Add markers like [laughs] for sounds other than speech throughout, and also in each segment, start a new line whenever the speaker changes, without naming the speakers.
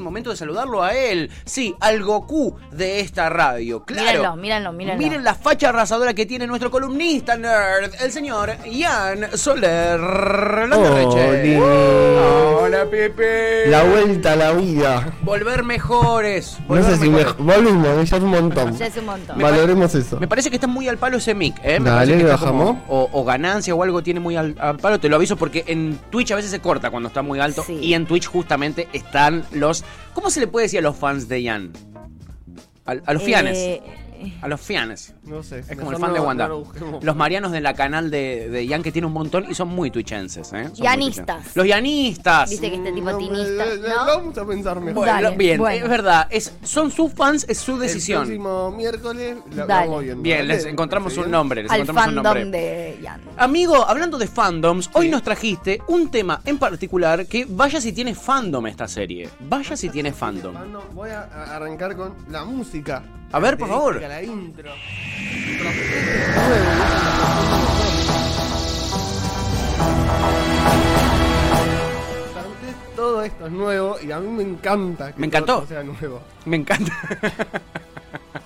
momento de saludarlo a él. Sí, al Goku de esta radio. Claro.
Mírenlo, mírenlo, mírenlo.
Miren la facha arrasadora que tiene nuestro columnista nerd, el señor Ian Soler. Landerreche. Hola, Pepe.
La vuelta a la vida.
Volver mejores.
No
Volver
sé si me...
mejores.
Volvimos, ya es un montón.
Ya es un montón.
Valoremos eso.
Me parece que está muy al palo ese mic, ¿eh? Me
Dale,
parece que
¿le
está como-
bajamos?
o, o ganancia o algo tiene muy al, al palo. Te lo aviso porque en Twitch a veces se corta cuando está muy alto.
Sí.
Y en Twitch justamente están los. ¿Cómo se le puede decir a los fans de Ian? Al- a los fianes.
Eh,
A los fianes.
No sé.
Es como el fan de Wanda. los marianos de la canal de, de Ian que tiene un montón y son muy twitchenses, ¿eh? Son muy
Yanistas.
twitchenses. Los yanistas.
Viste que este tipo tinista, ¿no?
Vamos a pensar mejor.
Bueno,
Dale,
bien,
bueno.
es verdad. Es, son sus fans, es su
El
decisión.
próximo miércoles la
Dale.
vamos viendo.
Bien, les
Dale.
encontramos
¿Está
un
bien?
nombre. Les
Al
encontramos un nombre.
fandom de Ian.
Amigo, hablando de fandoms, hoy nos trajiste un tema en particular que vaya si tiene fandom esta serie. Vaya si tiene fandom.
Mando, Ah, Voy a a- arrancar con la música.
A ver, por favor.
La intro. Todo esto es nuevo y a mí me encanta que
Me encantó.
todo sea nuevo.
Me encanta.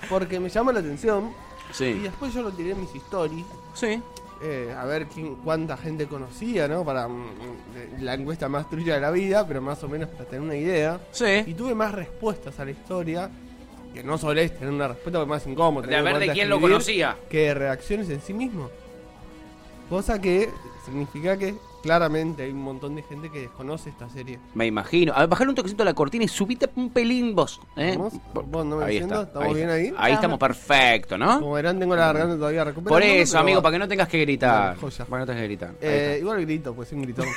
Porque me llama la atención y
Sí.
después yo lo tiré en mis stories
Sí.
eh, a ver quién, cuánta gente conocía, ¿no? Para mm, la encuesta más trucha de la vida, pero más o menos para tener una idea. Y
Sí.
tuve más respuestas a la historia. Que no solés tener una respuesta porque más incómodo.
De
tener
a ver de
cuánta
quién lo
escribir
conocía.
Que de reacciones en sí mismo. Cosa que significa que claramente hay un montón de gente que desconoce esta serie.
Me imagino. A ver, bajale un toquecito a la cortina y subite un pelín vos. ¿eh?
¿Vamos?
Por-
¿Vos no me
ahí
entiendo?
está.
¿Estamos bien
está.
ahí?
Ahí estamos perfecto, ¿no?
Como verán, tengo la garganta todavía recuperada.
Por eso, amigo, para que no tengas que gritar.
Vale, joya.
Para que no tengas que gritar. Ahí
Eh,
está.
igual grito, pues soy un
[laughs]
gritón.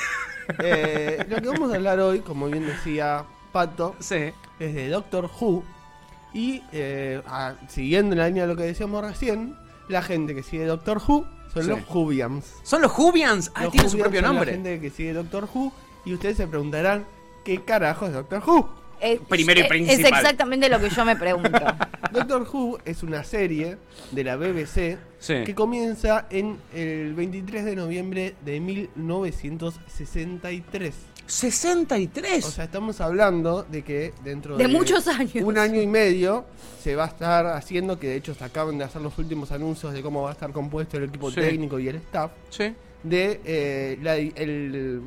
Eh, lo que vamos a hablar hoy, como bien decía Pato,
Sí.
es de Doctor Who. Y eh, ah, siguiendo la línea de lo que decíamos recién, la gente que sigue Doctor Who son
Sí.
los Whovians.
Son los Jubians. Ah,
Los
tiene su
Whovians
propio
son La
nombre.
gente que sigue Doctor Who. Y ustedes se preguntarán, ¿qué carajo es Doctor
[laughs]
Who?
Eh,
Primero y
eh,
principal.
Es exactamente lo que yo me
[laughs]
pregunto.
Doctor Who es una serie de la BBC
Sí.
que comienza en el 23 de noviembre de 1963.
63.
O sea, estamos hablando de que dentro
De muchos años.
Un año y medio se va a estar haciendo, que de hecho se acaban de hacer los últimos anuncios de cómo va a estar compuesto el equipo
Sí.
técnico y el staff,
sí.
de eh, la, el-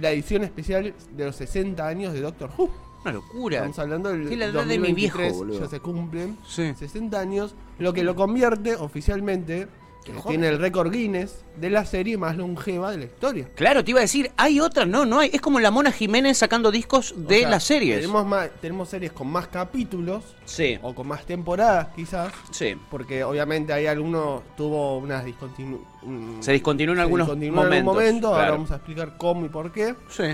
la edición especial de los 60 años de Doctor Who.
Una locura.
Estamos hablando del
Es la edad de mi viejo,
2023,
boludo.
ya se cumplen
Sí.
60 años, lo que lo convierte oficialmente, que
joven.
tiene el récord Guinness de la serie más longeva de la historia.
Claro, te iba a decir, hay otra, no, no hay. Es como la Mona Jiménez sacando discos
O
de
sea,
las series.
Tenemos, más, tenemos series con más capítulos
Sí,
o con más temporadas quizás,
sí.
porque obviamente hay algunos tuvo unas discontinu un-
Se discontinúan
se
algunos
discontinuó en
momentos.
algún momento, ahora
claro.
vamos a explicar cómo y por qué,
Sí,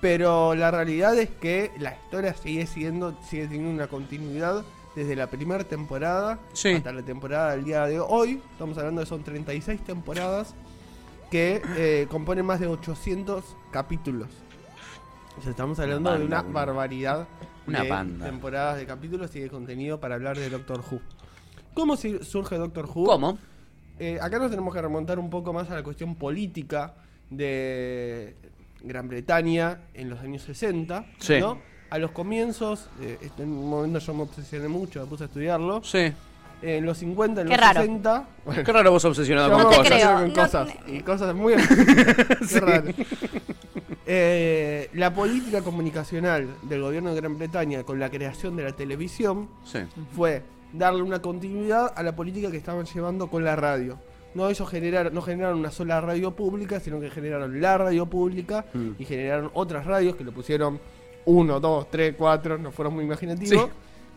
pero la realidad es que la historia sigue siendo sigue teniendo una continuidad desde la primera temporada
Sí.
hasta la temporada del día de hoy. Estamos hablando de son 36 temporadas que eh, componen más de 800 capítulos. O sea, estamos hablando
banda,
de una
boludo.
barbaridad
Una
de
banda.
temporadas de capítulos y de contenido para hablar de Doctor Who. ¿Cómo si- surge Doctor Who?
¿Cómo?
Eh, acá nos tenemos que remontar un poco más a la cuestión política de Gran Bretaña en los años 60,
Sí.
¿no? A los comienzos, eh, esto en un momento yo me obsesioné mucho, me puse a estudiarlo.
Sí.
En los 50, en
Qué
los
raro.
60.
Qué raro vos obsesionado
yo
con
me
te
cosas.
creo.
obsesiono con
no-
cosas, y cosas muy. [laughs] Qué raro. Eh, la política comunicacional del gobierno de Gran Bretaña con la creación de la televisión
Sí.
fue darle una continuidad a la política que estaban llevando con la radio. No ellos generaron, no generaron una sola radio pública, sino que generaron la radio pública
Mm.
y generaron otras radios que le pusieron uno, dos, tres, cuatro, no fueron muy imaginativos.
Sí.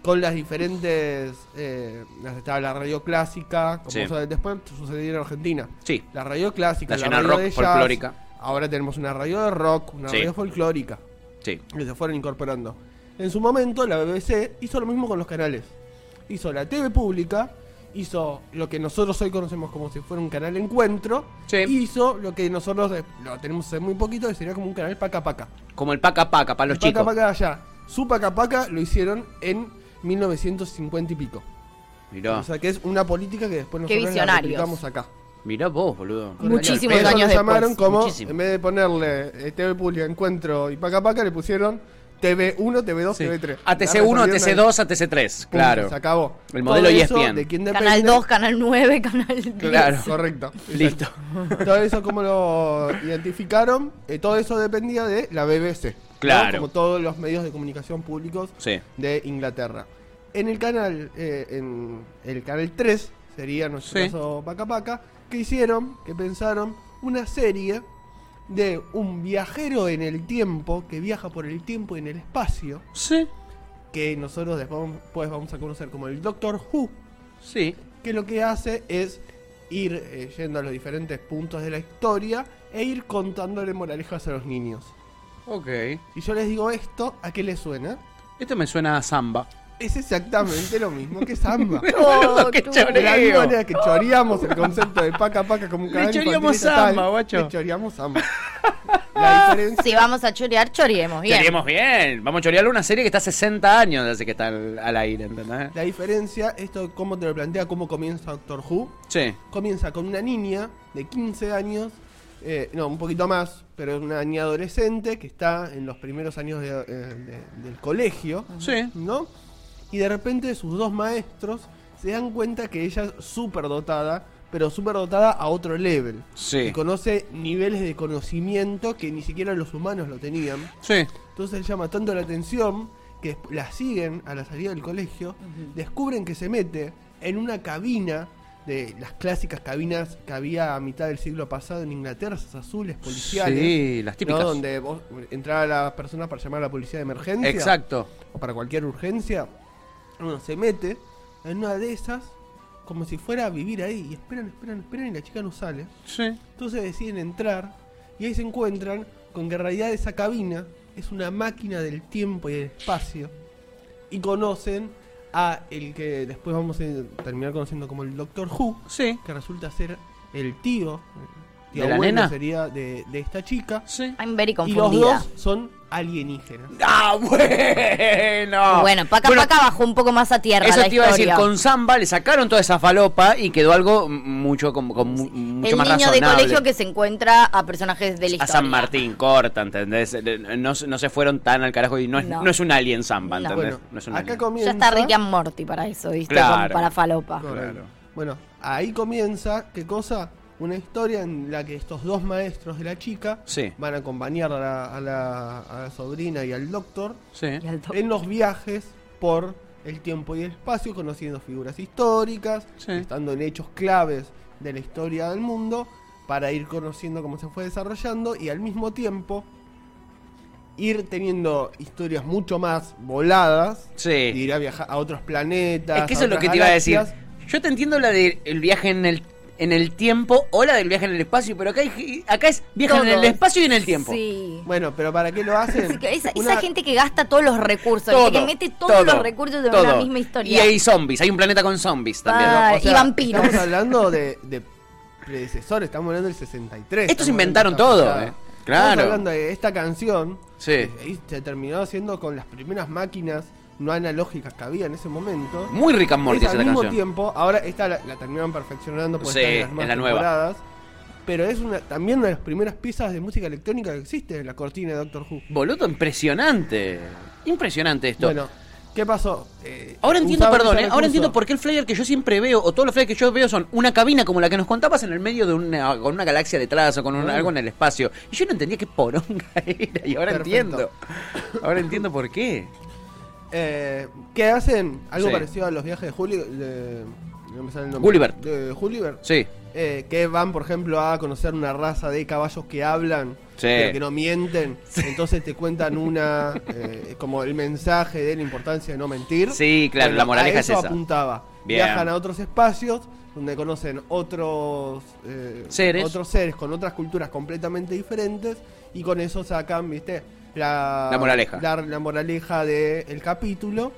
Con las diferentes. eh, estaba la radio clásica, como
Sí.
sabe- después sucedió en Argentina.
Sí.
La radio clásica,
Nacional
la radio
rock
de jazz,
folclórica.
Ahora tenemos una radio de rock, una
Sí.
radio folclórica
Sí.
que se fueron incorporando. En su momento la BBC hizo lo mismo con los canales. Hizo la TV pública, hizo lo que nosotros hoy conocemos como si fuera un canal encuentro,
Sí.
hizo lo que nosotros eh, lo tenemos hace muy poquito, que sería como un canal paca paca.
Como el paca paca para los
paca
chicos.
paca allá. Su paca paca lo hicieron en 1950 y pico.
Mirá.
O sea que es una política que después
Qué
nosotros la
visionarios.
replicamos acá.
Mirá vos, boludo.
Con
Muchísimos
Eso lo
años
llamaron
después.
como,
Muchísimo.
en vez de ponerle eh, TV Pública, Encuentro y Paca Paca, le pusieron TV1, TV2,
Sí. Ah,
TV3.
ATC1,
La resolvieron
ATC2, ATC3.
ahí. Punto,
Claro.
Se acabó.
El modelo
Todo eso,
ESPN.
¿De quién depende?
Canal 2, Canal 9, Canal 10.
Claro.
Correcto.
Listo.
Exacto. Todo eso, como lo identificaron, Eh, todo eso dependía de la BBC. ¿no?
Claro.
Como todos los medios de comunicación públicos
Sí.
de Inglaterra. En el canal, eh, en el canal 3, sería nuestro
Sí.
caso Paca Paca, que hicieron, que pensaron, una serie de un viajero en el tiempo, que viaja por el tiempo y en el espacio,
Sí.
que nosotros después vamos- pues vamos a conocer como el Doctor Who,
Sí.
que lo que hace es ir eh, yendo a los diferentes puntos de la historia e ir contándole moralejas a los niños.
Ok.
Si yo les digo esto, ¿a qué les suena?
Esto me suena a samba.
Es exactamente lo mismo
[laughs]
que Samba.
Boludo, qué
tú.
De la misma
choreo.
manera que choreamos el concepto de paca paca como un
Le
canal
choreamos
infantil estatal,
samba, guacho.
Le choreamos samba. La diferencia.
Si vamos a chorear, choreemos bien.
Choreamos bien. Vamos a chorear una serie que está 60 años desde que está al, al aire, ¿entendés?
La diferencia, esto cómo te lo plantea, cómo comienza Doctor Who.
Sí.
Comienza con una niña de 15 años, eh, no, un poquito más, pero es una niña adolescente que está en los primeros años de- eh, de- del colegio,
Sí.
¿no? Y de repente sus dos maestros se dan cuenta que ella es súper dotada, pero súper dotada a otro level.
Sí.
Y conoce niveles de conocimiento que ni siquiera los humanos lo tenían.
Sí.
Entonces llama tanto la atención que desp- la siguen a la salida del colegio, descubren que se mete en una cabina de las clásicas cabinas que había a mitad del siglo pasado en Inglaterra, esas azules policiales.
Sí, las
¿no?
típicas.
Donde vos eh, entraba la persona para llamar a la policía de emergencia
Exacto.
o para cualquier urgencia, uno se mete en una de esas como si fuera a vivir ahí. Y esperan, esperan, esperan y la chica no sale.
Sí.
Entonces deciden entrar y ahí se encuentran con que en realidad esa cabina es una máquina del tiempo y del espacio. Y conocen a el que después vamos a terminar conociendo como el Doctor Who,
Sí.
que resulta ser el tío, el tío
¿De la
abuelo
nena?
sería de, de esta chica.
Sí.
I'm very
Y los
confundida.
dos son alienígenas.
¡Ah, [laughs] bueno!
Bueno, Paca
Ah, Bueno,
Paca bajó un poco más a tierra
Eso
la
te iba a decir,
historia.
con Samba le sacaron toda esa falopa y quedó algo m- mucho, con, con mu- mucho
El
más
niño de
razonable.
colegio que se encuentra a personajes de la
a
historia.
San Martín, corta, ¿entendés? Eh, No, se- no se fueron tan al carajo y no es,
No.
no es un alien Samba,
No.
¿entendés?
Bueno,
No, es un
acá
alien.
comienza.
Ya está Rick and Morty para eso, ¿viste?
Claro.
Como para falopa.
Correcto.
Claro.
Bueno, ahí comienza, ¿qué cosa? Una historia en la que estos dos maestros de la chica
Sí.
van a acompañar a la, a la- a la sobrina y al doctor
Sí.
Y al do-
en los viajes por el tiempo y el espacio, conociendo figuras históricas,
Sí.
estando en hechos claves de la historia del mundo, para ir conociendo cómo se fue desarrollando y al mismo tiempo ir teniendo historias mucho más voladas,
Sí.
de ir a viajar a otros planetas.
Es que eso es lo
otras
que te iba a decir.
galaxias.
Yo te entiendo la del viaje en el en el tiempo o la del viaje en el espacio, pero acá, hay- acá es viajan en el
Todos.
espacio y en el tiempo.
Sí.
Bueno, pero ¿para qué lo
[laughs]
hacen?
Así que esa, esa
Una-
gente que gasta todos los recursos,
Todo,
que mete todos
todo,
los recursos en una
todo.
misma
Y
historia.
hay zombies, hay un planeta con zombies también.
Ah,
o sea,
y vampiros.
Estamos hablando de, de predecesores, estamos hablando del 63.
Estos
estamos
inventaron
hablando de
todo,
esta-
eh. Claro.
Estamos hablando de esta canción.
Sí.
que ahí se terminó haciendo con las primeras máquinas no analógicas que había en ese momento.
Muy Rick and Morty
Es
esa
al mismo
canción.
tiempo, ahora esta la, la terminaron perfeccionando por
Sí,
estar en las
es la
nuevas
nueva.
temporadas. Pero es una, también una de las primeras piezas de música electrónica que existe, la cortina de Doctor Who.
Boludo, impresionante. Impresionante esto.
Bueno, ¿qué pasó? Eh,
Ahora entiendo,
usaban
perdón,
ese
¿eh? ahora
recurso.
entiendo por qué el flyer que yo siempre veo, o todos los flyers que yo veo son una cabina como la que nos contabas en el medio de una, con una galaxia detrás o con un- algo en el espacio. Y yo no entendía qué poronga [laughs] era, y ahora
Perfecto.
entiendo. Ahora entiendo por qué.
Eh, que hacen algo
Sí.
parecido a los viajes de Juli de, no me sale el nombre.
Gulliver.
De Gulliver.
Sí,
Eh, que van, por ejemplo, a conocer una raza de caballos que hablan,
Sí.
pero que no mienten. Entonces te
[laughs]
cuentan una, eh, como el mensaje de la importancia de no mentir.
Sí, claro, la moraleja
a
es
eso
esa.
apuntaba.
Bien.
Viajan a otros espacios donde conocen otros eh,
Seres.
otros seres con otras culturas completamente diferentes y con eso sacan, viste, la,
La moraleja.
la, la moraleja del capítulo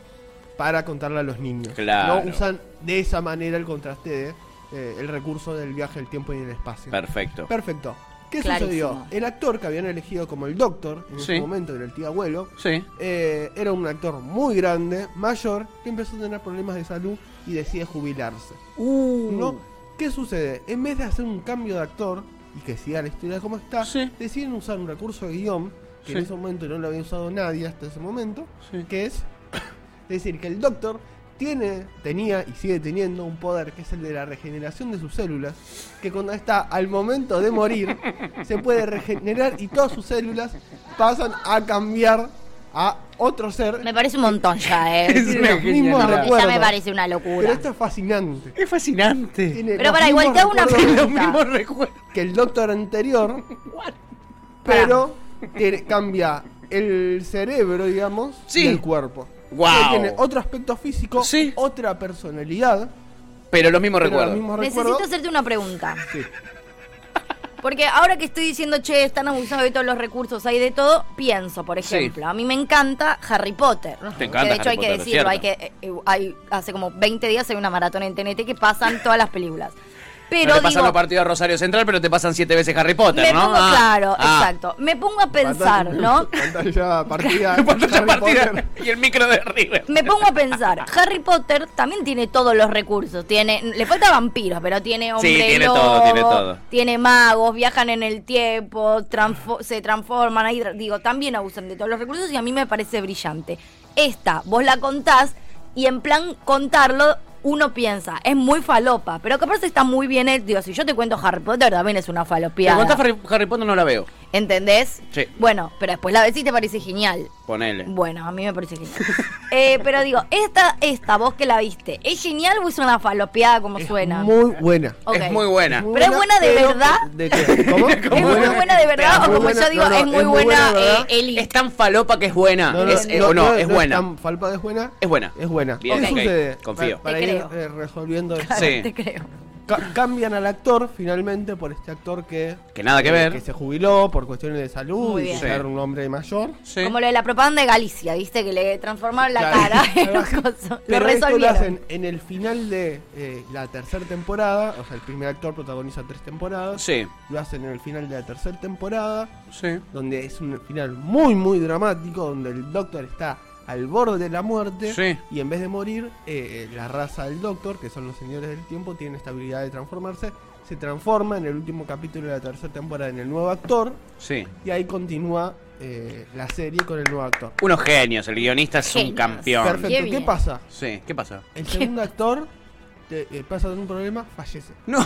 para contarla a los niños.
Claro.
No usan de esa manera el contraste de eh, el recurso del viaje, el tiempo y el espacio.
perfecto.
Perfecto. ¿Qué
Clarísimo.
sucedió? El actor que habían elegido como el doctor en
Sí.
ese momento, que era el tío abuelo,
Sí.
eh, era un actor muy grande, mayor, que empezó a tener problemas de salud y decide jubilarse.
Uh,
¿no? ¿Qué sucede? En vez de hacer un cambio de actor y que siga la historia como está,
Sí.
deciden usar un recurso de guión que en
Sí.
ese momento no lo había usado nadie hasta ese momento,
Sí.
que es decir que el Doctor tiene, tenía y sigue teniendo un poder que es el de la regeneración de sus células, que cuando está al momento
[laughs]
de morir se puede regenerar y todas sus células pasan a cambiar a otro ser [laughs]
Me parece un montón ya,
[laughs]
¿eh?
Es una
los mismos
genialidad.
recuerdos.
Ya me parece una
Pero
locura.
esto es fascinante.
Es fascinante.
Tiene
Pero
los
para, igual
mismos
te hago una
[laughs]
recuerdos
Los
Puta.
mismos recuerdos.
que el
[laughs]
doctor anterior,
What?
pero tiene- cambia el cerebro, digamos,
Sí.
y el cuerpo.
Wow.
Entonces Tiene otro aspecto físico,
Sí.
otra personalidad,
Pero los mismos
pero
recuerdos.
los mismos
Necesito
recuerdos.
hacerte una pregunta.
Sí.
Porque ahora que estoy diciendo, che, están abusando de todos los recursos, hay de todo, pienso, por
Sí.
ejemplo, a mí me encanta Harry Potter.
Te encanta
que de
Harry
hecho hay que
Potter,
decirlo, hay que
cierto.
eh, eh, hay, hace como 20 días hay una maratón en TNT que pasan todas las películas. Pero
no te pasan
digo,
los partidos de Rosario Central, pero te pasan siete veces Harry Potter,
me
¿no?
pongo
Ah,
claro,
ah. [laughs]
exacto. Me pongo a pensar,
[laughs]
¿no?
Pantalla partida.
[laughs] Pantalla
Harry
partida
Potter.
y el micro de River.
Me pongo a pensar, Harry Potter también tiene todos los recursos. Tiene, le falta vampiros, pero tiene hombre
tiene
lobo,
todo, tiene todo.
tiene magos, viajan en el tiempo, transfo- se transforman. Ahí, digo, también abusan de todos los recursos y a mí me parece brillante. Esta, vos la contás y en plan contarlo, uno piensa, es muy falopa, pero capaz está muy bien. eh, Digo, si yo te cuento Harry Potter, también es una
Te
falopiada.
contás Harry, Harry Potter, no la veo.
¿Entendés?
Sí.
Bueno, pero después la ves y te parece genial.
Ponele.
Bueno, a mí me parece genial. Eh, pero digo, esta, esta, vos que la viste, ¿es genial o es una falopeada como suena?
Muy buena.
Ok.
Es muy buena.
Muy
Pero es buena de verdad. [laughs]
¿De qué? ¿Cómo?
¿Es muy buena, de verdad o
Muy
como
buena-
yo digo,
no, no,
es muy buena,
¿verdad?
eh, elite?
Es tan falopa que es buena.
No, no,
es, eh,
no,
o no,
no,
es
no
buena.
tan falpa de buena.
Es buena.
Es buena.
Bien,
¿Qué
ok,
sucede?
confío.
Pa- Para,
Te
ir
creo.
eh, resolviendo esto.
Sí.
Te creo.
Ca- cambian al actor finalmente por este actor que
Que nada que
eh,
ver.
que se jubiló por cuestiones de salud
Muy
y que
bien.
ya era un hombre mayor
Sí.
Como lo de la propaganda de Galicia, ¿viste? Que le transformaron la
Claro.
cara. [laughs] en un coso. lo
pero esto lo
resolvieron. [laughs]
hacen en el final de eh, la tercera temporada o sea el primer actor protagoniza tres temporadas
Sí.
lo hacen en el final de la tercera temporada
Sí.
donde es un final muy muy dramático donde el doctor está al borde de la muerte
Sí.
y en vez de morir eh, eh, la raza del doctor que son los señores del tiempo tienen esta habilidad de transformarse se transforma en el último capítulo de la tercera temporada en el nuevo actor
Sí.
y ahí continúa eh, la serie con el nuevo actor
Unos genios. El guionista es un
Genios.
campeón.
perfecto
Qué
qué,
bien.
pasa
Sí. ¿Qué pasa?
el
[laughs]
segundo actor te, eh, pasa de un problema fallece
No.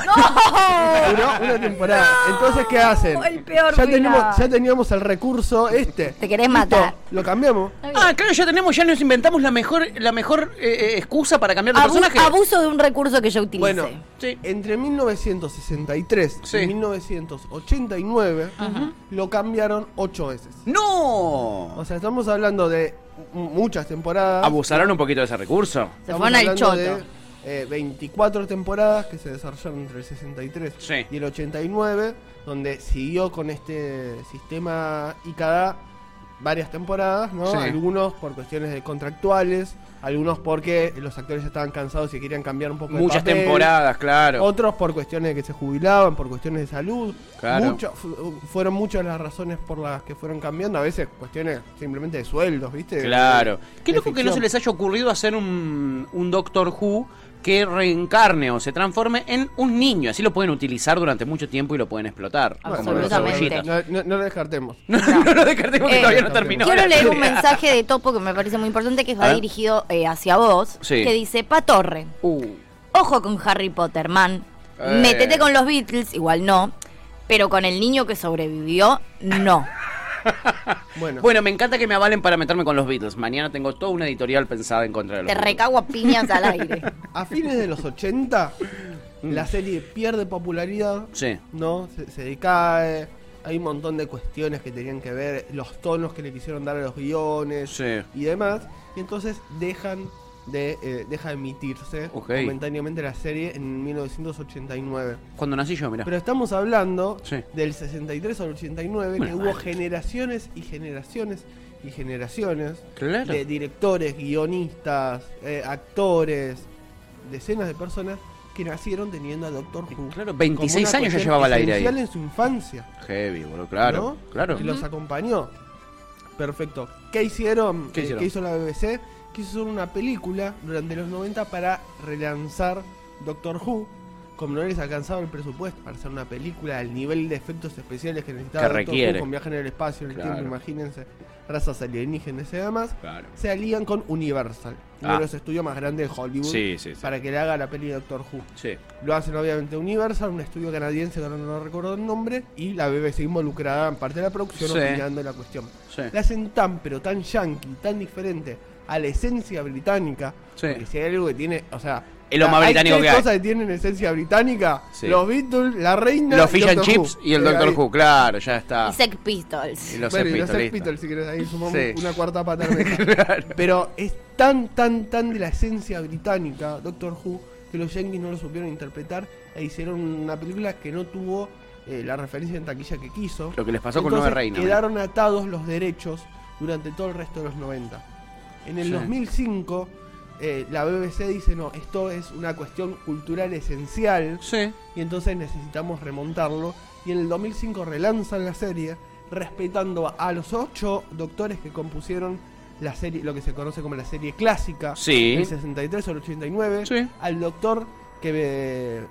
Duró una temporada
[laughs]
entonces qué hacen
el peor
ya
final.
teníamos ya teníamos el recurso este
Te querés matar.
lo cambiamos
Ah, claro, ya tenemos, ya nos inventamos la mejor, la mejor eh, eh, excusa para cambiar de
Abu-
personaje.
abuso de un recurso que yo utilice.
Bueno,
Sí.
entre 1963
Sí.
y 1989 lo cambiaron ocho veces.
No.
O sea, estamos hablando de m- muchas temporadas.
Abusarán un poquito de ese recurso.
Se
Estamos
fueron al
hablando
choto.
de, eh, 24 temporadas que se desarrollaron entre el 63
Sí.
y el 89, donde siguió con este sistema y cada varias temporadas, ¿no?
Sí.
Algunos por cuestiones de contractuales, algunos porque los actores ya estaban cansados y querían cambiar un poco de
Muchas
papel.
temporadas, claro.
Otros por cuestiones de que se jubilaban, por cuestiones de salud.
Claro.
Mucho- fu- uh, fueron muchas las razones por las que fueron cambiando. A veces cuestiones simplemente de sueldos, ¿viste?
Claro.
De-
Qué
de
loco que no se
ficción.
les haya ocurrido hacer un, un Doctor Who que reencarne o se transforme en un niño. Así lo pueden utilizar durante mucho tiempo y lo pueden explotar.
Bueno,
Como los
Absolutamente.
cebollitas.
No, no- no lo descartemos.
[laughs] No, no lo descartemos que
Eh,
todavía no terminó.
Quiero
la
leer un
idea.
mensaje de Topo que me parece muy importante que
A
va
ver.
dirigido eh, hacia vos,
Sí.
que dice, Patorre,
[laughs] Uh,
ojo con Harry Potter, man.
Eh.
Métete con los Beatles, igual no, pero con el niño que sobrevivió, no.
Bueno,
Bueno, me encanta que me avalen para meterme con los Beatles. Mañana tengo toda una editorial pensada en contra de los
Te
Beatles.
recago a
[laughs]
piñas al aire.
a fines de los 80, la serie pierde popularidad.
Mm. Sí.
¿No? Se, se decae. Hay un montón de cuestiones que tenían que ver, los tonos que le quisieron dar a los guiones
Sí.
y demás. Y entonces dejan de, eh, deja de emitirse
Ok.
momentáneamente la serie en 1989.
Cuando nací yo, mira.
Pero estamos hablando
Sí.
del 63 al 89,
Bueno,
que hubo
vale.
generaciones y generaciones y generaciones
Claro.
de directores, guionistas, eh, actores, decenas de personas que nacieron teniendo a Doctor Who.
Claro, 26
como
años
una
ya
cuestión
llevaba al aire ahí.
esencial en su infancia,
Heavy, boludo. Claro.
¿no?
Claro.
Y los acompañó. Perfecto. ¿Qué hicieron?
¿Qué
Eh,
hicieron?
hizo la BBC? Quiso hacer una película durante los 90 para relanzar Doctor Who. como no les alcanzaba el presupuesto para hacer una película al nivel de efectos especiales que
Que
necesitaba Doctor Who
requiere.
con viaje en el espacio, en el
Claro.
tiempo, imagínense, razas alienígenas y demás,
Claro.
se alían con Universal, uno
Ah.
de los estudios más grandes de Hollywood,
Sí, sí, sí.
para que le haga la peli de Doctor Who.
Sí.
Lo hacen obviamente Universal, un estudio canadiense que no, no recuerdo el nombre, y la BBC involucrada en parte de la producción
Sí.
opinando la cuestión.
Sí.
La hacen tan, pero tan yankee, tan diferente a la esencia británica,
Sí.
porque si hay algo que tiene, o sea...
Es lo
la-
más
hay
británico
tres
que hay.
cosas que tienen esencia británica,
Sí.
los Beatles, la reina...
Los
y
Fish and
Doctor
Chips
Who.
y el
Eh,
Doctor
ahí-
Who, claro, ya está.
Y Sex Pistols.
Y los
bueno, y
Sex
los
Pistols,
Sex Beatles,
listo.
si querés, ahí sumamos
Sí.
una cuarta pata
[laughs]
de mesa. Pero es tan, tan, tan de la esencia británica, Doctor Who, que los Yankees no lo supieron interpretar e hicieron una película que no tuvo eh, la referencia en taquilla que quiso.
Lo que les pasó con
Entonces,
Nueva Reina.
Quedaron atados los derechos durante todo el resto de los 90. En el
Sí.
2005, eh, la BBC dice: No, esto es una cuestión cultural esencial
Sí.
y entonces necesitamos remontarlo. Y en el 2005 relanzan la serie, respetando a los ocho doctores que compusieron la serie, lo que se conoce como la serie clásica,
Sí.
del 63 al 89,
Sí.
al doctor que eh,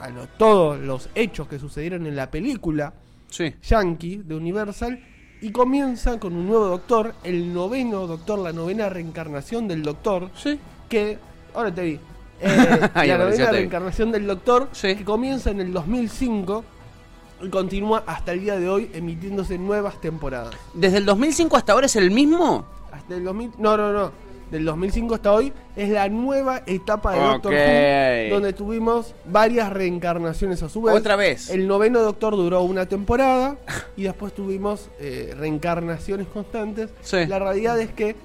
a, a lo- todos los hechos que sucedieron en la película
Sí.
Yankee de Universal. Y comienza con un nuevo doctor, el noveno doctor, la novena reencarnación del doctor,
Sí.
que ahora te
[laughs]
vi. Eh,
Ya
la
me decía,
novela
te vi.
reencarnación del Doctor
Sí.
que comienza en el 2005 y continúa hasta el día de hoy emitiéndose nuevas temporadas.
¿Desde el 2005 hasta ahora es el mismo?
Hasta el 2000, no, no, no. Del 2005 hasta hoy es la nueva etapa de Doctor
Ok.
Who, donde tuvimos varias reencarnaciones a su vez.
Otra vez.
El noveno Doctor duró una temporada y después tuvimos eh, reencarnaciones constantes.
Sí.
La realidad es que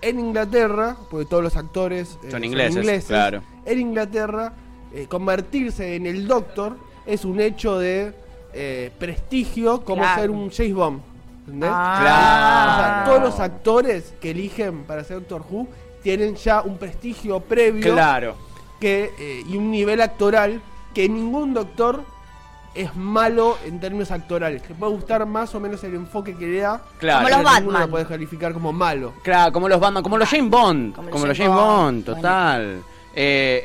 en Inglaterra, porque todos los actores eh,
Son ingleses, claro.
En Inglaterra, eh, convertirse en el Doctor es un hecho de eh, prestigio como
Claro.
ser un James Bond. ¿entendés? O sea,
Ah.
todos los actores que eligen para ser Doctor Who tienen ya un prestigio previo
Claro.
que, eh, y un nivel actoral que ningún doctor es malo en términos actorales. Te puede gustar más o menos el enfoque que le da.
Claro.
Como los
pero ninguno
Batman.
lo puedes calificar como malo.
Claro, como los Batman, como los James Bond.
Como
Como,
los
los
James
James Bond,
Bond,
total. Eh,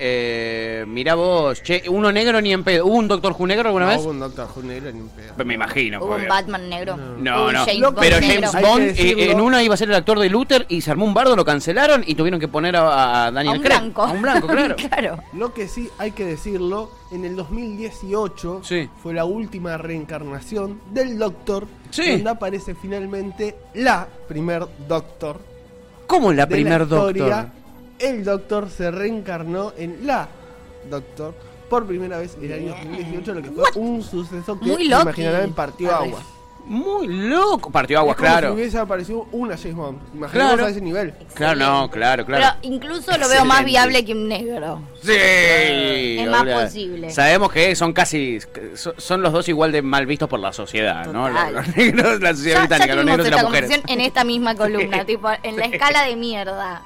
eh, mirá vos, che, uno negro ni en pedo. ¿Hubo un Doctor Who negro alguna
No,
vez?
hubo un Doctor Who negro ni un pedo.
Me imagino.
Hubo un
porque-
Batman negro.
No,
Un
no.
James
Loco,
Bond
Pero
negro.
James
Hay que
Bond eh,
decirlo.
en una iba a ser el actor de Luther y se armó un bardo, lo cancelaron y tuvieron que poner a, a
A
Daniel
un
Craig.
blanco.
A un
[laughs]
blanco, claro.
claro.
Lo que sí hay que decirlo, en el 2018
Sí.
fue la última reencarnación del Doctor,
Sí.
donde aparece finalmente la primer Doctor.
¿Cómo la
de la
primer Doctor?
historia, El Doctor se reencarnó en la Doctor por primera vez en el año 2018, lo que fue un suceso que
Muy
se
loco.
imaginarán partió
Arre.
agua.
Muy loco. Partió aguas,
Es como
claro.
Si hubiese aparecido una James Bond. Imaginemos
Claro.
a ese nivel.
Claro, no, claro, claro.
Pero incluso lo veo más
Excelente.
viable que un negro.
Sí. Es
más posible.
Sabemos que son casi. Son son los dos igual de mal vistos por la sociedad, ¿no?
Total.
Los [laughs] negros, la sociedad británica, los
tuvimos
negros y
esta
las mujeres.
conversación en esta misma columna, tipo en la escala de mierda.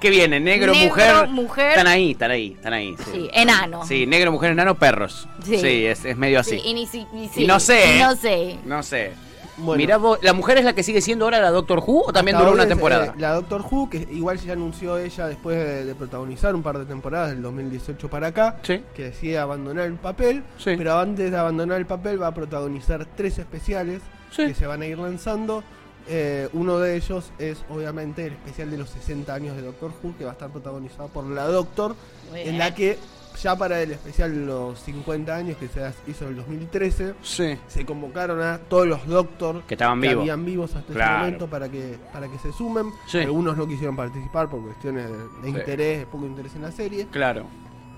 ¿Qué viene? Negro,
Negro,
mujer,
mujer.
Están ahí, están ahí, están ahí. Sí.
Sí, enano.
Sí, negro, mujer, enano, perros.
Sí.
Sí, es, es medio así.
Sí, y, ni si- ni
Y no
si-
sé,
y
¿eh?
No sé.
No sé.
Bueno.
Mirá vos, ¿la mujer es la que sigue siendo ahora la Doctor Who o también
Hasta
duró
ahora
una
es,
temporada?
eh, la Doctor Who, que igual ya anunció ella después de, de protagonizar un par de temporadas del 2018 para acá,
Sí.
que decide abandonar el papel,
Sí.
pero antes de abandonar el papel va a protagonizar tres especiales
Sí.
que se van a ir lanzando. Eh, uno de ellos es obviamente el especial de los 60 años de Doctor Who, que va a estar protagonizado por la Doctor,
Muy
en
bien.
la que ya para el especial de los 50 años que se hizo en el 2013,
Sí.
se convocaron a todos los doctors
Que estaban vivos.
habían vivos hasta ese
Claro.
momento para que, para que se sumen.
Sí.
Algunos no quisieron participar por cuestiones de, de interés, de poco interés en la serie.
Claro.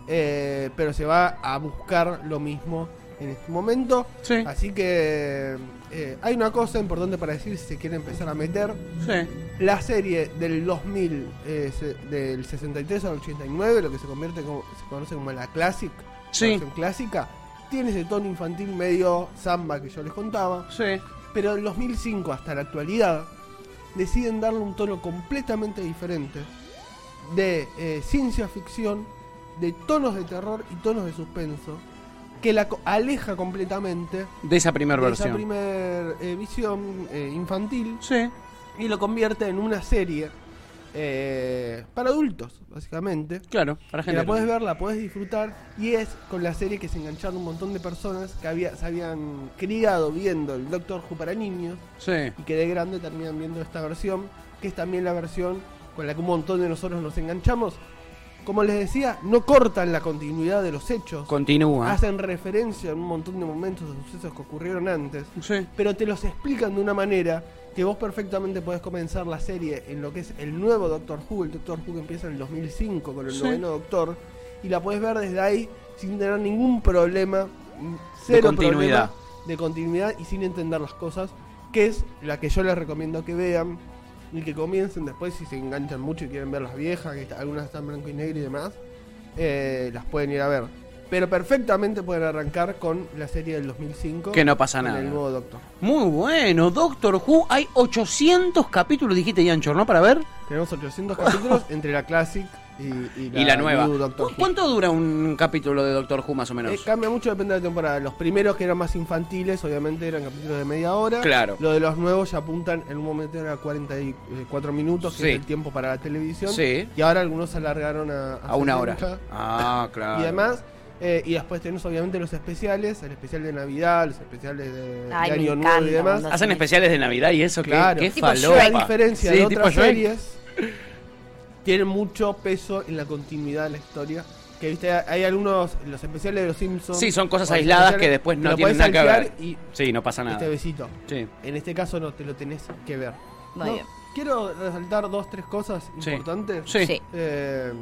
Eh, pero se va a buscar lo mismo en este momento.
Sí.
Así que eh, hay una cosa importante para decir si se quiere empezar a meter.
Sí.
La serie del 2000, eh, se- del 63 al 89, lo que se convierte como, se conoce como la classic,
Sí.
la versión clásica, tiene ese tono infantil medio samba que yo les contaba,
Sí.
pero del 2005 hasta la actualidad deciden darle un tono completamente diferente de eh, ciencia ficción, de tonos de terror y tonos de suspenso, que la co- aleja completamente
De esa primera
de esa
versión.
primer eh, visión eh, infantil
Sí.
y lo convierte en una serie eh, para adultos, básicamente.
Claro, para
Que
gente.
la puedes ver, la puedes disfrutar. Y es con la serie que se engancharon un montón de personas que había, se habían criado viendo el Doctor Who para niños
Sí.
y que de grande terminan viendo esta versión, que es también la versión con la que un montón de nosotros nos enganchamos. Como les decía, no cortan la continuidad de los hechos.
Continúa.
Hacen referencia en un montón de momentos de sucesos que ocurrieron antes,
Sí.
pero te los explican de una manera que vos perfectamente podés comenzar la serie en lo que es el nuevo Doctor Who, el Doctor Who que empieza en el 2005 con el
Sí.
noveno Doctor, y la podés ver desde ahí sin tener ningún problema, mm, cero
continuidad.
problema de continuidad y sin entender las cosas, que es la que yo les recomiendo que vean y que comiencen después si se enganchan mucho y quieren ver las viejas, que está- algunas están en blanco y negro y demás, eh, las pueden ir a ver. Pero perfectamente pueden arrancar con la serie del 2005.
Que no pasa
con
nada.
El nuevo Doctor.
Muy bueno. Doctor Who, hay 800 capítulos, dijiste, Yanchor, ¿no? Para ver.
Tenemos 800 capítulos
[laughs]
entre la Classic y, la,
y la nueva.
New Doctor
¿Cu-
Who.
¿Cuánto dura un capítulo de Doctor Who, más o menos?
Eh, cambia mucho, depende de la temporada. Los primeros que eran más infantiles, obviamente eran capítulos de media hora.
Claro.
Lo de los nuevos ya apuntan en un momento a 44 minutos, que
Sí.
es el tiempo para la televisión.
Sí.
Y ahora algunos se alargaron a,
a una hora.
70.
Ah, claro.
Y además, eh, y después tenemos obviamente los especiales, el especial de Navidad, los especiales de,
Ay,
de
me
Año Nuevo y
encanta,
demás.
cuando-
Hacen especiales de Navidad y eso,
Claro.
que
Tipo
falopa.
La diferencia
Sí,
de
tipo
otras
Shrek.
series tiene mucho peso en la continuidad de la historia. Que viste, hay algunos, los especiales de los Simpsons.
Sí, son cosas
o los
aisladas que
especiales
después no
lo
tienen
podés
nada que ver.
saltear Y
Sí, no pasa nada.
este besito.
Sí.
En este caso no te lo tenés que ver.
Muy
No,
bien.
Quiero resaltar dos, tres cosas
Sí.
importantes.
Sí.
Sí.
Eh,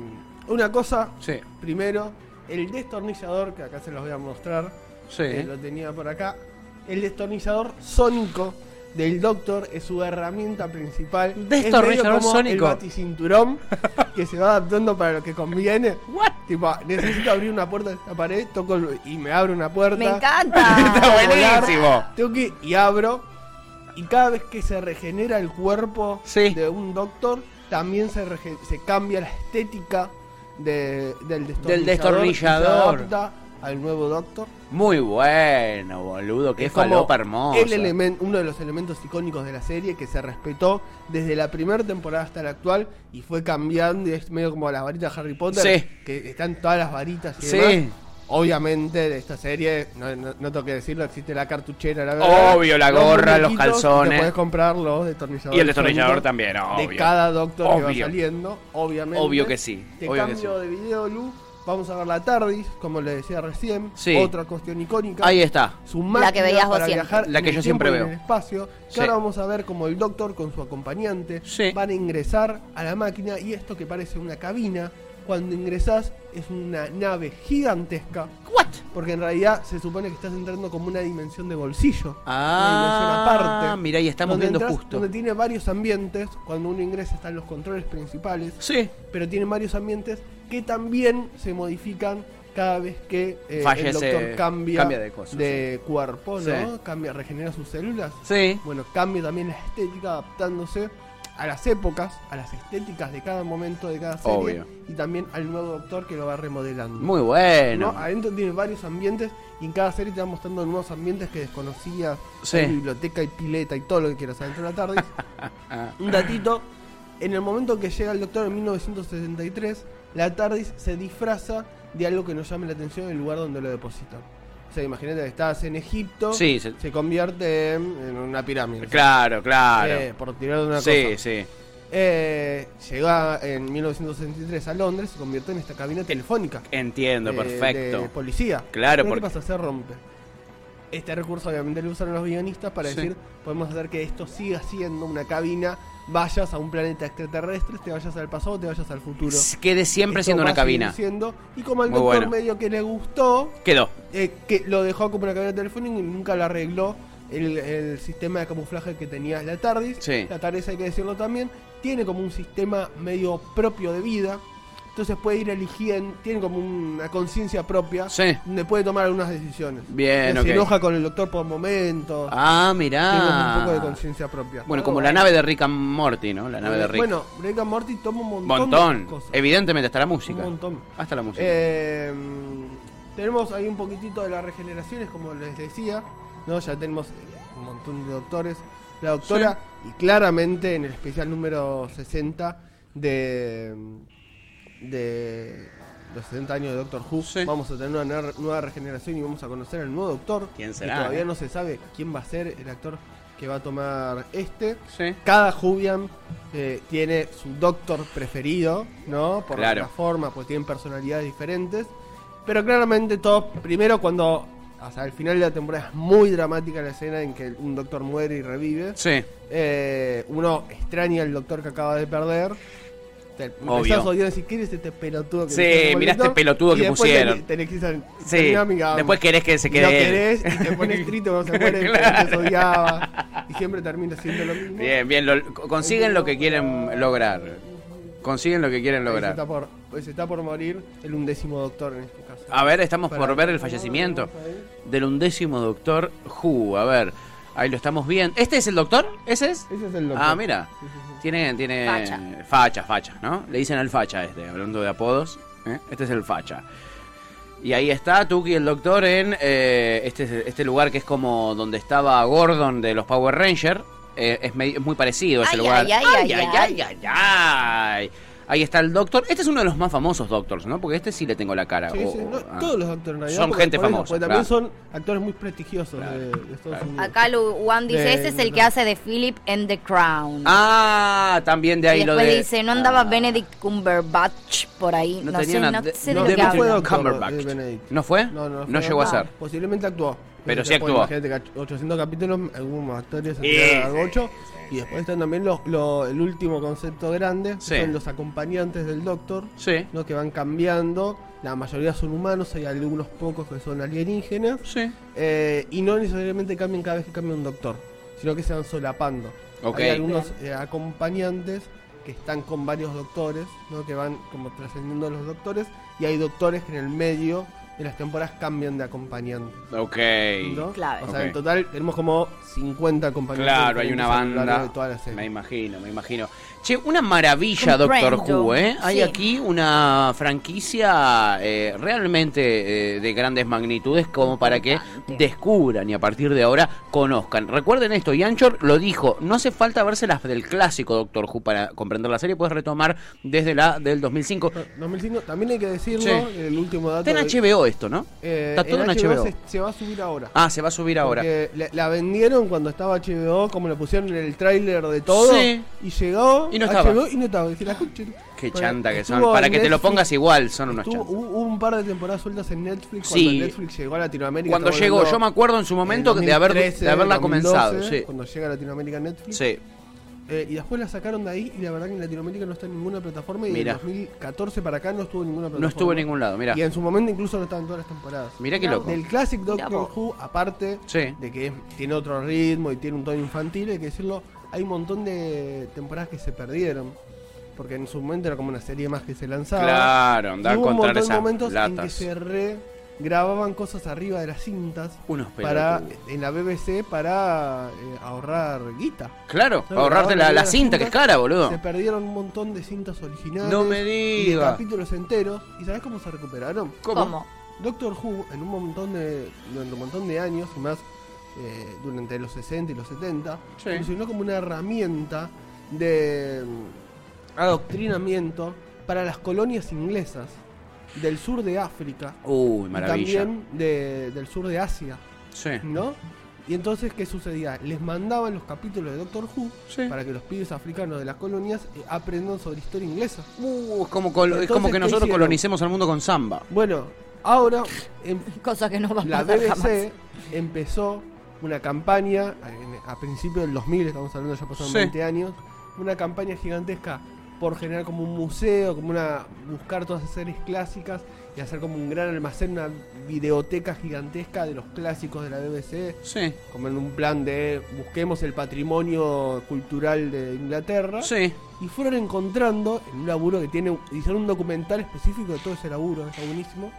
una cosa,
Sí.
primero, el destornillador, que acá se los voy a mostrar.
Sí.
Eh, lo tenía por acá. El destornillador sónico del Doctor es su herramienta principal.
Destornillador
Es medio como
sónico. [laughs]
El baticinturón que se va adaptando para lo que conviene.
What?
Tipo, ah, necesito abrir una puerta de esta pared, toco el- y me abre una puerta.
Me
[laughs]
encanta.
Voy a Ah, volar,
buenísimo.
Tengo que y abro. Y cada vez que se regenera el cuerpo
Sí.
de un Doctor, también se, rege- se cambia la estética de- del destornillador. y se
destornillador.
adapta al nuevo Doctor.
Muy bueno, boludo. Qué
Es como
falopa hermosa.
El elemen- uno de los elementos icónicos de la serie que se respetó desde la primera temporada hasta la actual y fue cambiando y es medio como las varitas de Harry Potter,
Sí.
que están todas las varitas y
Sí.
demás. Obviamente de esta serie, no, no- no tengo que decirlo, existe la cartuchera, la verdad.
Obvio, la
Los
gorra, los
muñequitos,
calzones.
Te puedes comprar los destornilladores.
Y el destornillador
sónicos
también, obvio.
De cada doctor que
Obvio.
va saliendo, obviamente.
Obvio que sí,
Te
obvio que
cambio de video, Lu. Vamos a ver la TARDIS, como le decía recién.
Sí.
Otra cuestión icónica
Ahí está.
su máquina
que veías vos
para
siempre.
viajar
La
en
que
el
yo siempre
tiempo y
veo.
en el espacio que
Sí.
ahora vamos a ver como el doctor con su acompañante
Sí.
van a ingresar a la máquina y esto que parece una cabina cuando ingresás es una nave gigantesca
What?
porque en realidad se supone que estás entrando como una dimensión de bolsillo
Ah,
una dimensión aparte
mirá, y estamos
donde
viendo
entrás-
justo.
donde tiene varios ambientes cuando uno ingresa están los controles principales
Sí.
pero tiene varios ambientes que también se modifican cada vez que eh,
Fallece,
el doctor cambia,
cambia de cosas,
de cuerpo, ¿no?
Sí.
Cambia, regenera sus células.
Sí.
Bueno, cambia también la estética adaptándose a las épocas, a las estéticas de cada momento de cada serie
Obvio.
y también al nuevo doctor que lo va remodelando.
Muy bueno.
¿no? Adentro tiene varios ambientes y en cada serie te va mostrando nuevos ambientes que desconocías.
Sí.
Hay biblioteca y pileta y todo lo que quieras adentro de
[laughs]
la tarde. Un datito. En el momento que llega el doctor en 1973, la TARDIS se disfraza de algo que nos llame la atención en el lugar donde lo depositan. O sea, imagínate que estás en Egipto,
Sí, se-
convierte en, en una pirámide.
Claro, claro.
Eh, por tirar una
sí,
cosa.
sí.
Eh, llega en 1963 a Londres, se convierte en esta cabina telefónica
Entiendo,
de-
perfecto.
Eh, de policía.
Claro,
Pero
porque-
¿qué pasa? Se rompe. Este recurso obviamente lo usaron los guionistas para
Sí.
decir, podemos hacer que esto siga siendo una cabina, vayas a un planeta extraterrestre, te vayas al pasado, te vayas al futuro.
Quede siempre
Esto
siendo
va
una
a seguir
cabina.
siendo, y como al
Muy
doctor
bueno.
medio que le gustó,
Quedó.
eh, que lo dejó como una cabina telefónica y nunca la arregló el, el sistema de camuflaje que tenía la TARDIS.
Sí.
La TARDIS, hay que decirlo también, tiene como un sistema medio propio de vida. Entonces puede ir eligiendo, tiene como una conciencia propia,
Sí.
donde puede tomar algunas decisiones.
Bien,
Que
ok.
Se enoja con el doctor por momentos.
Ah,
tiene como
mirá.
un poco de conciencia propia.
Bueno,
Algo
como la
bueno.
nave de Rick and Morty, ¿no? La nave de Rick.
Bueno, Rick and Morty toma un montón, de
montón.
cosas.
Evidentemente, hasta la música. Ah,
Un montón.
Hasta la música.
Eh, tenemos ahí un poquitito de las regeneraciones, como les decía, ¿no? Ya tenemos eh, un montón de doctores. La doctora, y claramente en el especial número 60, de, de los 70 años de Doctor Who,
Sí.
vamos a tener una ner- nueva regeneración y vamos a conocer al nuevo Doctor.
¿Quién
Y
será,
todavía
eh?
no se sabe quién va a ser el actor que va a tomar este.
Sí.
Cada Jubian eh, tiene su Doctor preferido, ¿no? Por
Claro.
la forma, pues tienen personalidades diferentes. Pero claramente todo, primero cuando, o sea, al final de la temporada es muy dramática la escena en que un Doctor muere y revive.
Sí.
Eh, uno extraña al doctor que acaba de perder. Te
Obvio.
empezás a odiar y decís, ¿quién es este pelotudo que
Sí,
pusieron,
mirá este
boludo?"
pelotudo
Y
que
después
pusieron.
tenés- tenés que ir a-
Sí.
tenés amiga,
Después querés que se
no
quede él.
querés y te pones
[laughs]
triste cuando se muere el que
Claro.
antes odiaba. Y siempre termina siendo lo mismo.
Bien, bien, lo- consiguen lo que quieren lograr. Consiguen lo que quieren
Hoy se,
lograr.
Pues está por, hoy se está por morir el undécimo doctor en este caso.
A ver, estamos
Para-
por ver el fallecimiento del undécimo doctor Who. A ver, ahí lo estamos viendo. ¿Este es el doctor? ¿Ese es?
Ese es el doctor.
Ah,
[laughs]
mira.
Sí, sí, sí.
Tiene, tiene
Facha.
facha, facha, ¿no? Le dicen al facha este, hablando de apodos. ¿eh? Este es el facha. Y ahí está Tuki el doctor en eh, este, este lugar que es como donde estaba Gordon de los Power Rangers. Eh, es, medi- es muy parecido a ese
Ay,
lugar.
ay, ay, ay,
ay, ay, ay. Ahí está el doctor. Este es uno de los más famosos doctors, ¿no? Porque este sí le tengo la cara.
Sí,
O-
sí, no,
ah.
todos los doctores en realidad.
Son
porque-
gente
por eso,
famosa,
porque también
claro.
son actores muy prestigiosos
Claro,
de, de Estados
claro.
Unidos.
Acá Lu- Juan dice,
De-
ese es el
no.
que hace de Philip en The Crown.
Eh, Ah, también de ahí
y
lo
después
de.
dice, no andaba
Ah.
Benedict Cumberbatch por ahí.
No
No,
tenía
sé,
una-
no
de-
sé
no
de lo que
tenía-
fue
habla.
doctor,
Cumberbatch.
eh, Benedict.
¿no fue?
No, no, fue
no llegó a
doctor.
ser.
Posiblemente actuó.
Pero sí
después,
actuó.
Imagínate que ach- 800 capítulos, algunos actores
Sí,
hacían
sí,
8. Y después están también los, lo- el último concepto grande, que
Sí.
son los acompañantes del doctor,
Sí,
¿no? que van cambiando. La mayoría son humanos, hay algunos pocos que son alienígenas.
sí.
eh, y no necesariamente cambian cada vez que cambia un doctor, sino que se van solapando.
Ok.
Hay algunos eh, acompañantes que están con varios doctores, ¿no? que van como trascendiendo los doctores, y hay doctores que en el medio de las temporadas cambian de acompañante.
Ok.
¿no?
Clave.
O sea,
Ok.
en total tenemos como 50 acompañantes.
Claro, hay una
diferentes a lo largo
banda.
de toda la serie.
Me imagino, me imagino. Che, una maravilla, Doctor
Comprendo.
Who, ¿eh? Hay
Sí.
aquí una franquicia eh, realmente eh, de grandes magnitudes como para que
Importante.
descubran y a partir de ahora conozcan. Recuerden esto, y Anchor lo dijo, no hace falta verse las del clásico Doctor Who para comprender la serie, puedes retomar desde la del 2005.
2005, también hay que decirlo,
Sí.
el último dato.
Está en
de-
HBO esto, ¿no?
eh,
Está todo en HBO.
Se, se va a subir ahora.
Ah, se va a subir ahora.
Porque la, la vendieron cuando estaba HBO, como lo pusieron en el tráiler de todo.
Sí.
Y llegó.
Y no
HBO
estaba.
y no estaba. Dije, la concha.
Qué
Pero
chanta que son.
estuvo
Para
en
que te lo
Netflix,
pongas igual, son unos
estuvo-
chantas.
Hubo hubo un par de temporadas sueltas en Netflix
Sí.
cuando Netflix llegó a Latinoamérica.
Cuando
estamos
llegó,
hablando
yo me acuerdo en su momento de, haber, de
2013,
haberla
2012,
comenzado. Sí.
Cuando llega a Latinoamérica Netflix.
Sí.
Eh, y después la sacaron de ahí y la verdad que en Latinoamérica no está en ninguna plataforma. Y en
Mirá.
2014 para acá no estuvo en ninguna plataforma.
No estuvo en ningún lado, mira.
Y en su momento incluso no estaban todas las temporadas.
Mira qué loco.
Del Classic Doctor
vos.
Who, aparte
Sí.
de que es- tiene otro ritmo y tiene un tono infantil, hay que decirlo, hay un montón de temporadas que se perdieron. Porque en su momento era como una serie más que se lanzaba.
Claro,
Y
andar
hubo un
contra
montón de
esas
momentos en que
latas.
se re grababan cosas arriba de las cintas
Unos
para
pelotudos.
en la BBC para eh, ahorrar guita.
Claro,
No,
ahorrarte la,
grababan
la
las
cinta que es
cintas,
cara, boludo.
Se perdieron un montón de cintas originales.
No me
y de
diga.
capítulos enteros. ¿Y sabes cómo se recuperaron?
¿Cómo?
Doctor Who en un montón de durante un montón de años y más eh, durante los 60 y los 70
Sí.
funcionó como una herramienta de mm, adoctrinamiento para las colonias inglesas del sur de África
Uy,
y
maravilla.
también de- del sur de Asia,
Sí.
¿no? Y entonces, ¿qué sucedía? Les mandaban los capítulos de Doctor Who
Sí.
para que los pibes africanos de las colonias eh, aprendan sobre historia inglesa.
Uh, es como, col- es
Entonces,
como que
¿qué
nosotros
hicieron?
colonicemos al mundo con samba.
Bueno, ahora em,
Cosa que no va a
La
pasar jamás.
BBC empezó una campaña, en- a principios del 2000, estamos hablando ya pasaron
Sí.
20 años, una campaña gigantesca por generar como un museo, como una buscar todas esas series clásicas y hacer como un gran almacén, una videoteca gigantesca de los clásicos de la BBC,
Sí.
como en un plan de busquemos el patrimonio cultural de Inglaterra
Sí.
y fueron encontrando en un laburo que tiene hicieron un documental específico de todo ese laburo está buenísimo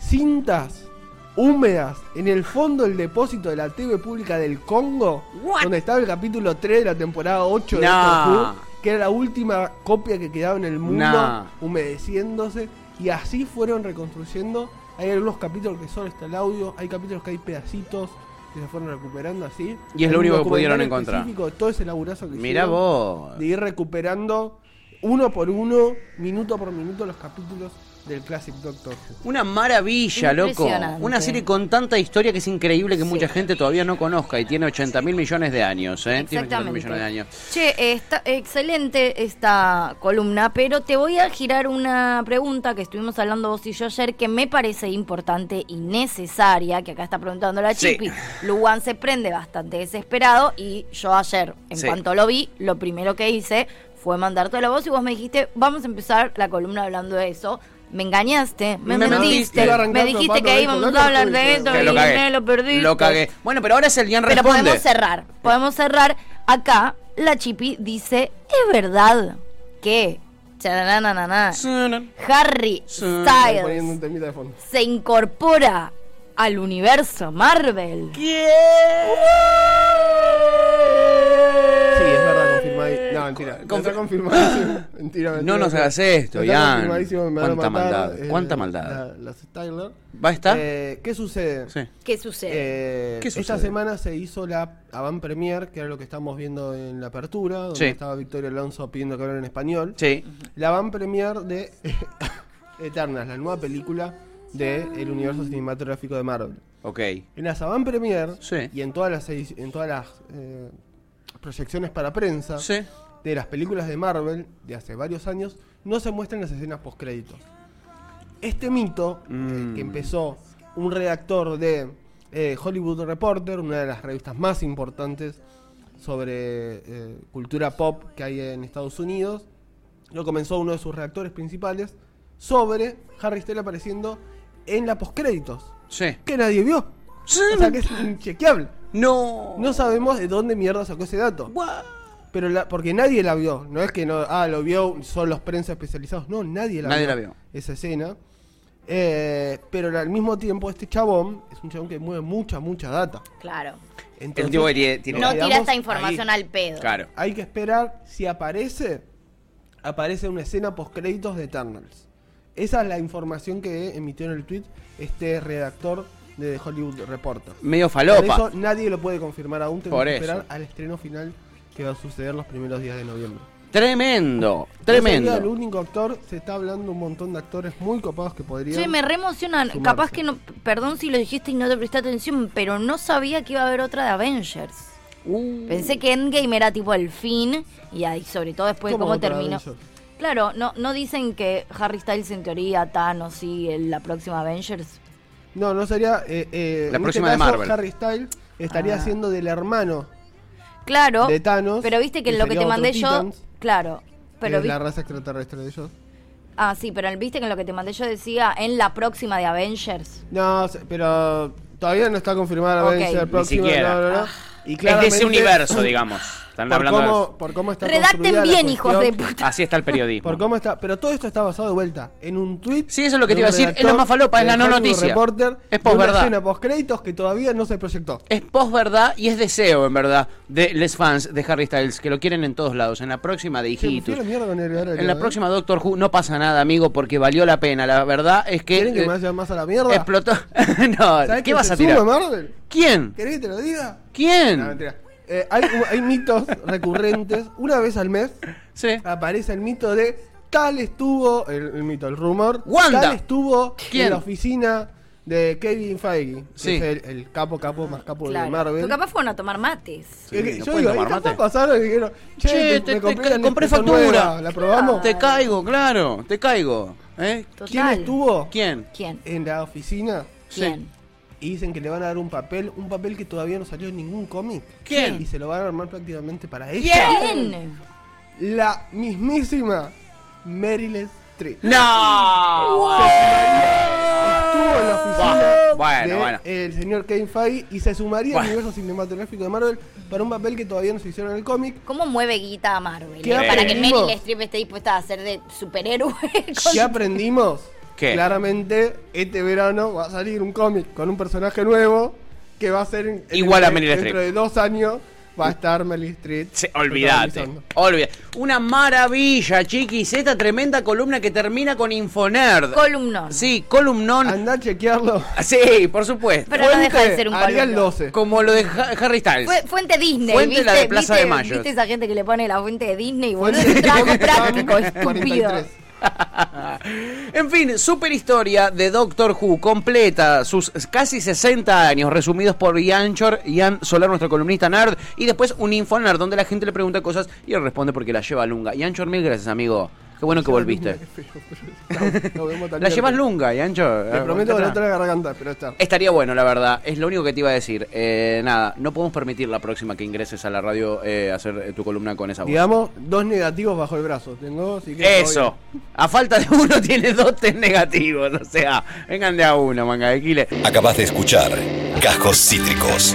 cintas húmedas en el fondo del depósito de la TV pública del Congo
What?
donde estaba el capítulo 3 de la temporada 8 de
Nah.
Doctor Who, que era la última copia que quedaba en el mundo
Nah.
humedeciéndose y así fueron reconstruyendo hay algunos capítulos que solo está el audio hay capítulos que hay pedacitos que se fueron recuperando así
Y es lo
Hay un
único que pudieron
documental
encontrar.
específico de todo ese laburazo que
Mirá
hicieron
vos.
de ir recuperando uno por uno, minuto por minuto, los capítulos del Classic Doctor Who.
Una maravilla, loco.
Impresionante.
Una serie con tanta historia que es increíble que
Sí.
mucha gente todavía no conozca y tiene 80 mil millones de años, ¿eh? Tiene 80 mil
Exactamente.
millones de años.
Che, eh, está excelente esta columna, pero te voy a girar una pregunta que estuvimos hablando vos y yo ayer que me parece importante y necesaria, que acá está preguntando la
Sí.
Chipi. Luan se prende bastante desesperado y yo ayer, en
Sí.
cuanto lo vi, lo primero que hice fue mandarte la voz y vos me dijiste, vamos a empezar la columna hablando de eso. Me engañaste, me,
Me mentiste.
mentiste,
Iba
me
arrancando,
dijiste
Pablo,
que
esto,
íbamos
no lo
a hablar
estoy
de esto
Que
y
lo
me
cagué.
lo perdí.
Lo cagué. Bueno, pero ahora es el guión
Pero
responde.
podemos cerrar. Podemos cerrar. Acá la Chipi dice, es verdad que charanana,
Sunan.
Harry
Estamos poniendo un
Styles
temita de fondo.
se incorpora al universo Marvel.
Sí, es verdad, confirmadísimo. No, mentira.
Confir-
Está confirmadísimo. Mentira, mentira.
No nos
mentira.
hagas esto,
Está
Ian.
confirmadísimo, me van a
Cuánta
matar, eh,
maldad, cuánta maldad.
la- las Styler.
¿Va a estar?
Eh, ¿Qué sucede?
Sí.
¿Qué sucede?
Eh,
¿Qué
Esta
sucede?
semana se hizo la avant premier, que era lo que estamos viendo en la apertura, donde
Sí.
estaba Victoria Alonso pidiendo que hablara en español.
Sí.
La van premier de [laughs] Eternas, la nueva película del universo cinematográfico de Marvel.
Ok.
En las avant premier
Sí.
y en todas las edi- en todas las eh, proyecciones para prensa
Sí.
de las películas de Marvel de hace varios años no se muestran las escenas post créditos. Este mito eh,
Mm.
que empezó un redactor de eh, Hollywood Reporter, una de las revistas más importantes sobre eh, cultura pop que hay en Estados Unidos, lo comenzó uno de sus redactores principales sobre Harry Styles apareciendo en la post créditos
Sí.
que nadie vio. O sea que es inchequeable.
No.
No sabemos de dónde mierda sacó ese dato.
Gua-
Pero la- porque nadie la vio. No es que no, ah, lo vio, son los prensa especializados. No, nadie la
Nadie
vio.
la vio.
Esa escena. Eh, pero al mismo tiempo, este chabón es un chabón que mueve mucha, mucha data.
Claro.
Entonces,
tipo que tiene- tiene-
nos
No tira
quedamos
esta información
ahí.
al pedo.
Claro.
Hay que esperar si aparece. Aparece una escena post créditos de Eternals. Esa es la información que emitió en el tweet este redactor de The Hollywood Reporter.
Medio
Por eso
falopa.
nadie lo puede confirmar aún. Tenemos
Por
que
eso.
esperar al estreno final que va a suceder los primeros días de noviembre.
Tremendo.
No sería el
Tremendo.
único actor, se está hablando un montón de actores muy copados que podrían.
Che, me reemocionan.
Sumarse.
Capaz que no. Perdón si lo dijiste y no te presté atención, pero no sabía que iba a haber otra de Avengers.
Uh.
Pensé que Endgame era tipo el fin y ahí sobre todo después de
¿Cómo
cómo
otra
terminó.
Avenger?
Claro, no, no dicen que Harry Styles en teoría Thanos sí en la próxima Avengers.
No, no sería. eh, eh,
La
en
próxima
este
de
caso,
Marvel.
Harry Styles estaría
Ah.
haciendo del hermano.
Claro,
De Thanos,
pero viste que
que
lo que
sería
te
otro
mandé yo,
Titans.
claro,
Pero
pero
es la
vi-
raza extraterrestre de ellos.
ah sí, pero viste que en lo que te mandé yo decía en la próxima de Avengers.
No, se- pero todavía no está confirmada la
Ok.
Avenger
Ni
próxima.
siquiera.
no, no, no.
Ah.
Y
Es de
claramente,
ese universo, digamos. Están
Por
hablando de-
cómo, por cómo está construida
Redacten
la
bien, hijos de
cuestión,
puta.
Así está el periodismo.
Por cómo está, pero todo esto está basado de vuelta en un tweet.
Sí, eso es lo que
de
te iba a
un
decir,
redactor
es la más falopa, es
de
la no
Hollywood
noticia.
Reporter,
Es
de
posverdad.
Una escena post créditos que todavía no se proyectó.
Es posverdad y es deseo, en verdad, de les fans de Harry Styles, que lo quieren en todos lados. En la próxima de
Sí, me fui
Hijitus.
a la mierda con el horario,
En la
¿eh?
próxima Doctor Who no pasa nada, amigo, porque valió la pena. La verdad es que.
¿Quieren que
eh,
me vayan más a la mierda?
explotó. [laughs] no,
¿Sabés
¿qué
que
vas
se
a tirar? Mm.
suma Marvel?
¿Quién?
¿Querés que te lo diga? No,
¿Quién?
mentira. Eh, hay, hay mitos recurrentes. Una vez al mes
Sí.
aparece el mito de tal estuvo, el, el mito, el rumor,
Wanda.
tal estuvo
¿Quién?
en la oficina de Kevin Feige, que
Sí.
es el, el capo capo más capo de
Claro.
Marvel.
Pero capaz fueron a tomar mates.
Sí,
Es que
no
yo
pueden
digo,
tomar
¿y capaz
mate.
pasaron y dijeron, che,
Che,
te-
te- te-
me compré,
te-
la
compré
Nespresso
factura.
nueva, ¿La probamos?
Te caigo, claro. Te caigo. ¿Eh?
Total.
¿Quién estuvo
¿Quién?
¿Quién?
en la oficina?
¿Quién?
Y dicen que le van a dar un papel, un papel que todavía no salió en ningún cómic.
¿Quién?
Y se lo van a armar prácticamente para ella.
¿Quién?
La mismísima Meryl Streep.
¡No!
Estuvo en la
Bah,
oficina
bueno,
de
bueno.
el señor Kevin Feige y se sumaría
Bueno.
al universo cinematográfico de Marvel para un papel que todavía no se hicieron en el cómic.
¿Cómo mueve guita a Marvel?
¿Qué
eh? Para que
aprendimos?
Meryl Streep esté dispuesta a ser de superhéroe. [laughs] con-
¿Qué aprendimos?
¿Qué?
Claramente, este verano va a salir un cómic con un personaje nuevo que va a ser en- en-
Igual a
en-
Meryl
dentro
Streep.
de dos años va a estar Meryl Streep.
Se- olvídate,
protagonizando.
olvídate. Una maravilla, chiquis. Esta tremenda columna que termina con Infonerd.
Columnón.
sí, columnón.
Andá a chequearlo.
[laughs] Sí, por supuesto.
Pero no deja de ser un
Arial
columnón.
12.
Como lo de Ha- Harry Styles.
Fue- fuente Disney,
Fuente
¿viste?
la de Plaza
¿Viste-
de Mayo.
¿Viste esa gente que le pone la fuente de Disney? Boludo,
Fuente
es un trabajo
[laughs] Disney,
práctico,
Disney,
estúpido.
43.
en fin, super historia de Doctor Who completa sus casi 60 años resumidos por Ian Chor, Ian Solar, nuestro columnista nerd, y después un Infonerd donde la gente le pregunta cosas y él responde porque la lleva lunga. Ian Chor, mil gracias, amigo. Qué bueno que volviste.
Nos vemos tan
La llevas
miércoles.
lunga, Ian Chor.
Te
Eh,
prometo que
aguantatela.
no te la garganta, pero está.
Estaría bueno, la verdad. Es lo único que te iba a decir. Eh, nada, no podemos permitir la próxima que ingreses a la radio eh, a hacer eh, tu columna con esa voz.
Digamos, dos negativos bajo el brazo. Tengo, así que todo
Eso. A falta de uno [laughs] tiene dos test negativos. O sea, vengan de a uno, manga de quile.
Acabas de escuchar Cajos Cítricos.